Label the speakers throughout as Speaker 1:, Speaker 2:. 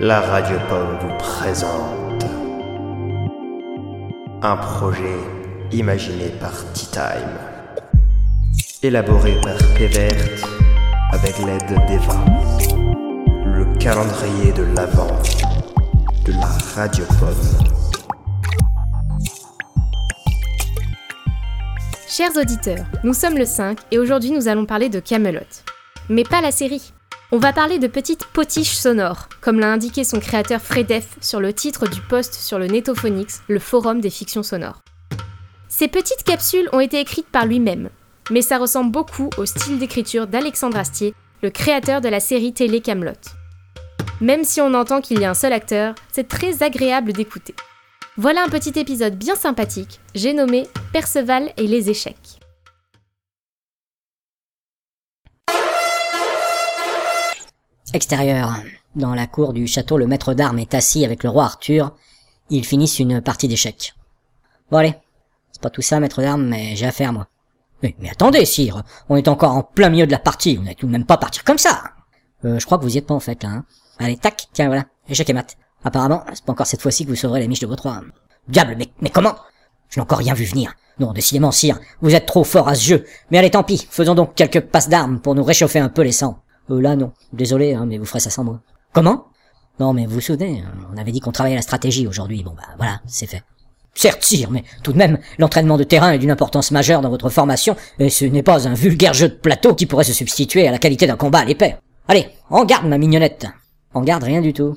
Speaker 1: la Radio Pomme vous présente un projet imaginé par Tea Time, élaboré par Péverte avec l'aide d'Eva. Le calendrier de l'avant de la Radio Pomme.
Speaker 2: Chers auditeurs, nous sommes le 5 et aujourd'hui nous allons parler de Camelot. Mais pas la série. On va parler de petites potiches sonores, comme l'a indiqué son créateur Fredef sur le titre du post sur le Netophonix, le forum des fictions sonores. Ces petites capsules ont été écrites par lui-même, mais ça ressemble beaucoup au style d'écriture d'Alexandre Astier, le créateur de la série télé Camelot. Même si on entend qu'il y a un seul acteur, c'est très agréable d'écouter. Voilà un petit épisode bien sympathique, j'ai nommé Perceval et les échecs.
Speaker 3: Extérieur. Dans la cour du château, le maître d'armes est assis avec le roi Arthur. Ils finissent une partie d'échecs. Bon allez, c'est pas tout ça, maître d'armes, mais j'ai affaire, moi. Mais, mais attendez, sire, on est encore en plein milieu de la partie, on n'allez tout de même pas partir comme ça euh, Je crois que vous y êtes pas en fait, là. Hein. Allez, tac, tiens, voilà, échec et mat. Apparemment, c'est pas encore cette fois-ci que vous sauverez les miches de vos trois. Diable, mais, mais comment Je n'ai encore rien vu venir. Non, décidément, sire, vous êtes trop fort à ce jeu. Mais allez, tant pis, faisons donc quelques passes d'armes pour nous réchauffer un peu les sangs. Euh, là, non. Désolé, hein, mais vous ferez ça sans moi. Comment Non, mais vous vous souvenez, hein, on avait dit qu'on travaillait la stratégie aujourd'hui. Bon, bah voilà, c'est fait. Certes, sire, mais tout de même, l'entraînement de terrain est d'une importance majeure dans votre formation, et ce n'est pas un vulgaire jeu de plateau qui pourrait se substituer à la qualité d'un combat à l'épée. Allez, en garde, ma mignonnette En garde, rien du tout.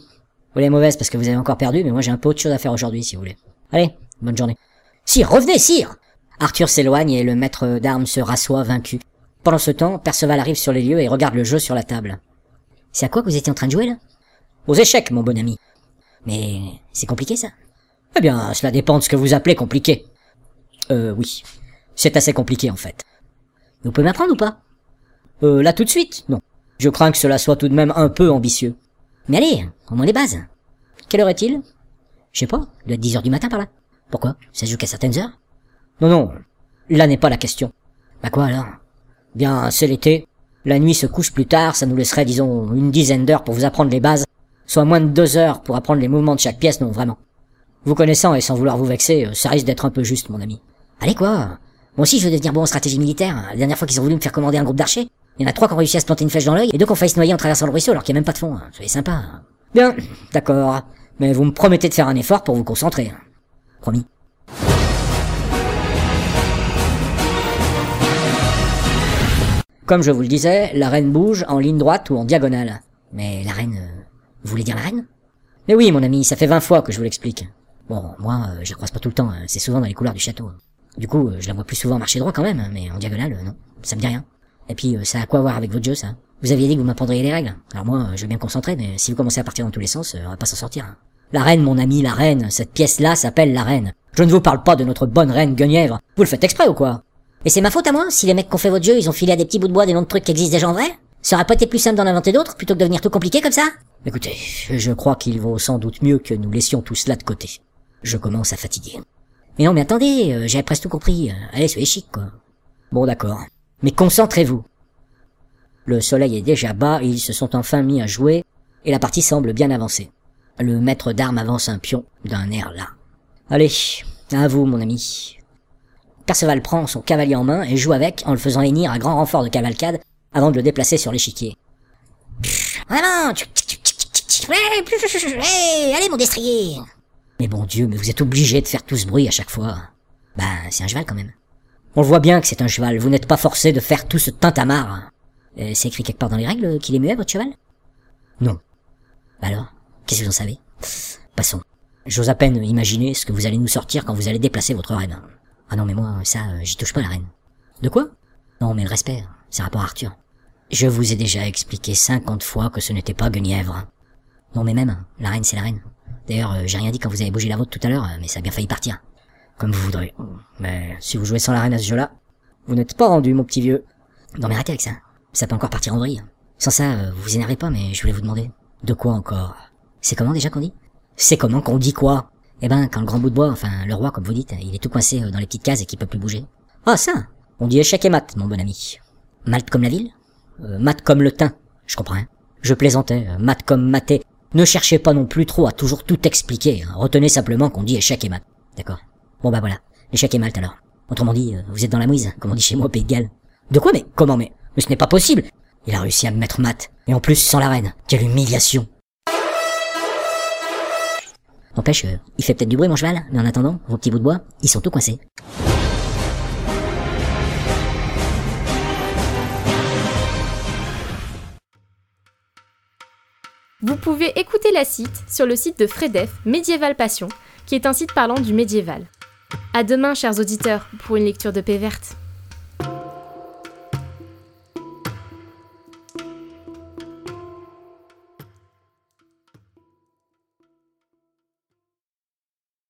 Speaker 3: Vous est mauvaise parce que vous avez encore perdu, mais moi j'ai un peu autre chose à faire aujourd'hui si vous voulez. Allez, bonne journée. Sire, revenez, sire Arthur s'éloigne et le maître d'armes se rassoit vaincu. Pendant ce temps, Perceval arrive sur les lieux et regarde le jeu sur la table. C'est à quoi que vous étiez en train de jouer là Aux échecs, mon bon ami. Mais c'est compliqué ça Eh bien, cela dépend de ce que vous appelez compliqué. Euh oui. C'est assez compliqué en fait. Vous pouvez m'apprendre ou pas Euh là tout de suite, non. Je crains que cela soit tout de même un peu ambitieux. Mais allez, au moins les bases. Quelle heure est-il Je sais pas, il doit être 10 heures du matin par là. Pourquoi Ça se joue qu'à certaines heures Non, non, là n'est pas la question. Bah quoi alors Eh Bien, c'est l'été. La nuit se couche plus tard, ça nous laisserait, disons, une dizaine d'heures pour vous apprendre les bases, soit moins de deux heures pour apprendre les mouvements de chaque pièce, non, vraiment. Vous connaissant et sans vouloir vous vexer, euh, ça risque d'être un peu juste, mon ami. Allez quoi Moi aussi je veux devenir bon en stratégie militaire. La dernière fois qu'ils ont voulu me faire commander un groupe d'archers, il y en a trois qui ont réussi à se planter une flèche dans l'œil et deux qui ont failli se noyer en traversant le ruisseau alors qu'il n'y a même pas de fond. Soyez sympa. hein. Bien, d'accord. Mais vous me promettez de faire un effort pour vous concentrer. hein. Promis. Comme je vous le disais, la reine bouge en ligne droite ou en diagonale. Mais la reine... euh, Vous voulez dire la reine Mais oui, mon ami, ça fait 20 fois que je vous l'explique. Bon, moi, euh, je la croise pas tout le temps, hein, c'est souvent dans les couloirs du château. Du coup, euh, je la vois plus souvent marcher droit quand même, hein, mais en diagonale, euh, non, ça me dit rien. Et puis, euh, ça a quoi à voir avec votre jeu, ça Vous aviez dit que vous m'apprendriez les règles. Alors moi, euh, je vais bien me concentrer, mais si vous commencez à partir dans tous les sens, euh, on va pas s'en sortir. hein. La reine, mon ami, la reine, cette pièce-là s'appelle la reine. Je ne vous parle pas de notre bonne reine Guenièvre. Vous le faites exprès ou quoi et c'est ma faute à moi si les mecs qui ont fait votre jeu, ils ont filé à des petits bouts de bois des noms de trucs qui existent déjà en vrai Ça aurait pas été plus simple d'en inventer d'autres plutôt que de devenir tout compliqué comme ça Écoutez, je crois qu'il vaut sans doute mieux que nous laissions tout cela de côté. Je commence à fatiguer. Mais non, mais attendez, euh, j'ai presque tout compris. Euh, Allez, soyez chic, quoi. Bon, d'accord. Mais concentrez-vous. Le soleil est déjà bas, et ils se sont enfin mis à jouer, et la partie semble bien avancée. Le maître d'armes avance un pion d'un air là. Allez, à vous, mon ami. Perceval prend son cavalier en main et joue avec en le faisant hennir à grand renfort de cavalcade avant de le déplacer sur l'échiquier. Vraiment Allez mon destrier Mais bon Dieu, mais vous êtes obligé de faire tout ce bruit à chaque fois. Bah, c'est un cheval quand même. On le voit bien que c'est un cheval, vous n'êtes pas forcé de faire tout ce tintamarre. Euh, c'est écrit quelque part dans les règles qu'il est muet votre cheval Non. Bah alors, qu'est-ce que vous en savez Passons. J'ose à peine imaginer ce que vous allez nous sortir quand vous allez déplacer votre reine. Ah non, mais moi, ça, euh, j'y touche pas la reine. De quoi Non, mais le respect, c'est rapport à Arthur. Je vous ai déjà expliqué cinquante fois que ce n'était pas Guenièvre. Non, mais même, la reine, c'est la reine. D'ailleurs, euh, j'ai rien dit quand vous avez bougé la vôtre tout à l'heure, euh, mais ça a bien failli partir. Comme vous voudrez. Mais si vous jouez sans la reine à ce jeu-là, vous n'êtes pas rendu, mon petit vieux. Non, mais arrêtez avec ça. hein. Ça peut encore partir en vrille. Sans ça, euh, vous vous énervez pas, mais je voulais vous demander. De quoi encore C'est comment déjà qu'on dit C'est comment qu'on dit quoi Eh ben, quand le grand bout de bois, enfin, le roi, comme vous dites, il est tout coincé euh, dans les petites cases et qu'il peut plus bouger. Ah, ça On dit échec et mat, mon bon ami. Malte comme la ville euh, Mat comme le thym. Je comprends. hein. Je plaisantais. euh, Mat comme maté. Ne cherchez pas non plus trop à toujours tout expliquer. hein. Retenez simplement qu'on dit échec et mat. D'accord. Bon bah voilà. Échec et mat alors. Autrement dit, euh, vous êtes dans la mouise, comme on dit chez moi au Pays de Galles. De quoi mais Comment mais Mais ce n'est pas possible Il a réussi à me mettre mat. Et en plus sans la reine. Quelle humiliation N'empêche, euh, il fait peut-être du bruit mon cheval, mais en attendant, vos petits bouts de bois, ils sont tout coincés.
Speaker 2: Vous pouvez écouter la cite sur le site de Fredef Médiéval Passion, qui est un site parlant du médiéval. À demain, chers auditeurs, pour une lecture de paix verte.